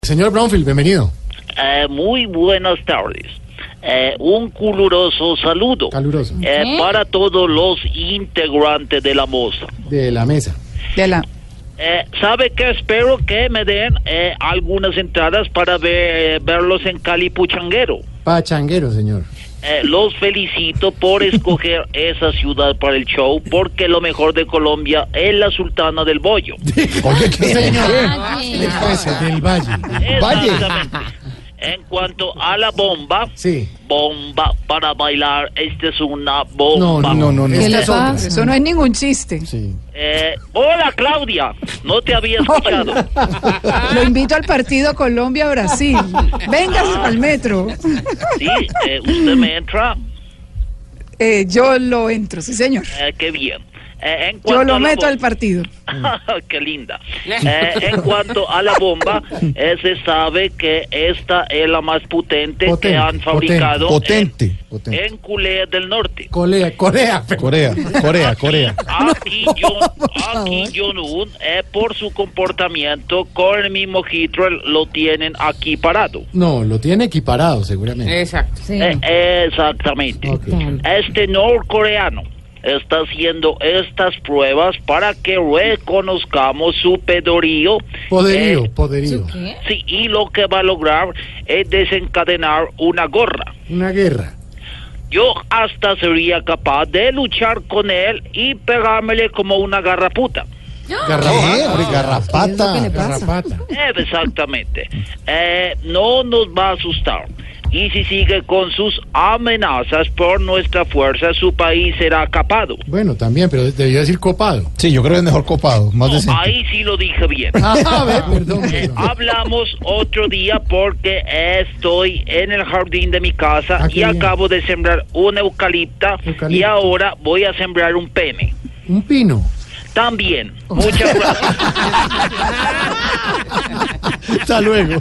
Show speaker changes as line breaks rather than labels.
Señor Brownfield, bienvenido.
Eh, muy buenas tardes. Eh, un caluroso saludo
Caluroso.
eh, para todos los integrantes de la moza.
De la mesa.
De la...
Eh, ¿Sabe qué? Espero que me den eh, algunas entradas para ver- verlos en Cali Puchanguero.
Pachanguero, señor.
Eh, los felicito por escoger esa ciudad para el show, porque lo mejor de Colombia es la Sultana del Bollo.
Oye, ¿qué señor?
Valle.
Le pasa del Valle.
Exactamente. En cuanto a la bomba,
Sí.
bomba para bailar, esta es una
No,
bomba.
no, no, no.
¿Qué
Esta
le
es otra.
pasa? Eso no Este es ningún chiste.
Sí.
Eh, hola Claudia, no te había escuchado.
Lo invito al partido Colombia-Brasil. Véngase al metro.
Sí, eh, usted me entra,
Eh, yo lo entro, sí, señor.
eh, qué bien. Eh, en
Yo
cuanto
lo
a la
meto al
bomba-
partido.
qué linda. Eh, en cuanto a la bomba, eh, se sabe que esta es la más potente,
Potente,
que han fabricado
potente,
en,
potente.
en Culea del Norte.
Corea, Eh. Corea. pero-
Corea, Corea, Corea.
Aquí
favor.
Jong-un, eh, por su comportamiento con el mismo Hitler, lo tienen aquí parado.
No, lo tiene equiparado, seguramente.
Exacto.
Eh, exactamente.
Ok.
Este norcoreano está haciendo estas pruebas para que reconozcamos su pedorío.
Poderío,
eh,
poderío.
¿Qué?
sí, y lo que va a lograr es desencadenar una gorra.
Una guerra.
Yo hasta sería capaz de luchar con él y pegármele como una garraputa.
¿Qué? Hombre,
¿Qué le
garrapata.
pasa?
Garrapata.
Eh, Exactamente. Eh, no nos va a asustar. Y si sigue con sus amenazas por nuestra fuerza, su país será capado.
Bueno, también, pero debió decir copado.
Sí, yo creo que es mejor copado, más
No,
decente.
ahí sí lo dije bien.
Ah, a ver, perdón.
Eh,
perdón.
hablamos otro día porque estoy en el jardín de mi casa
Ah, qué
y
bien.
acabo de sembrar un eucalipta,
Eucalipto.
y ahora voy a sembrar un pene.
Un pino.
También. Muchas gracias.
Hasta luego.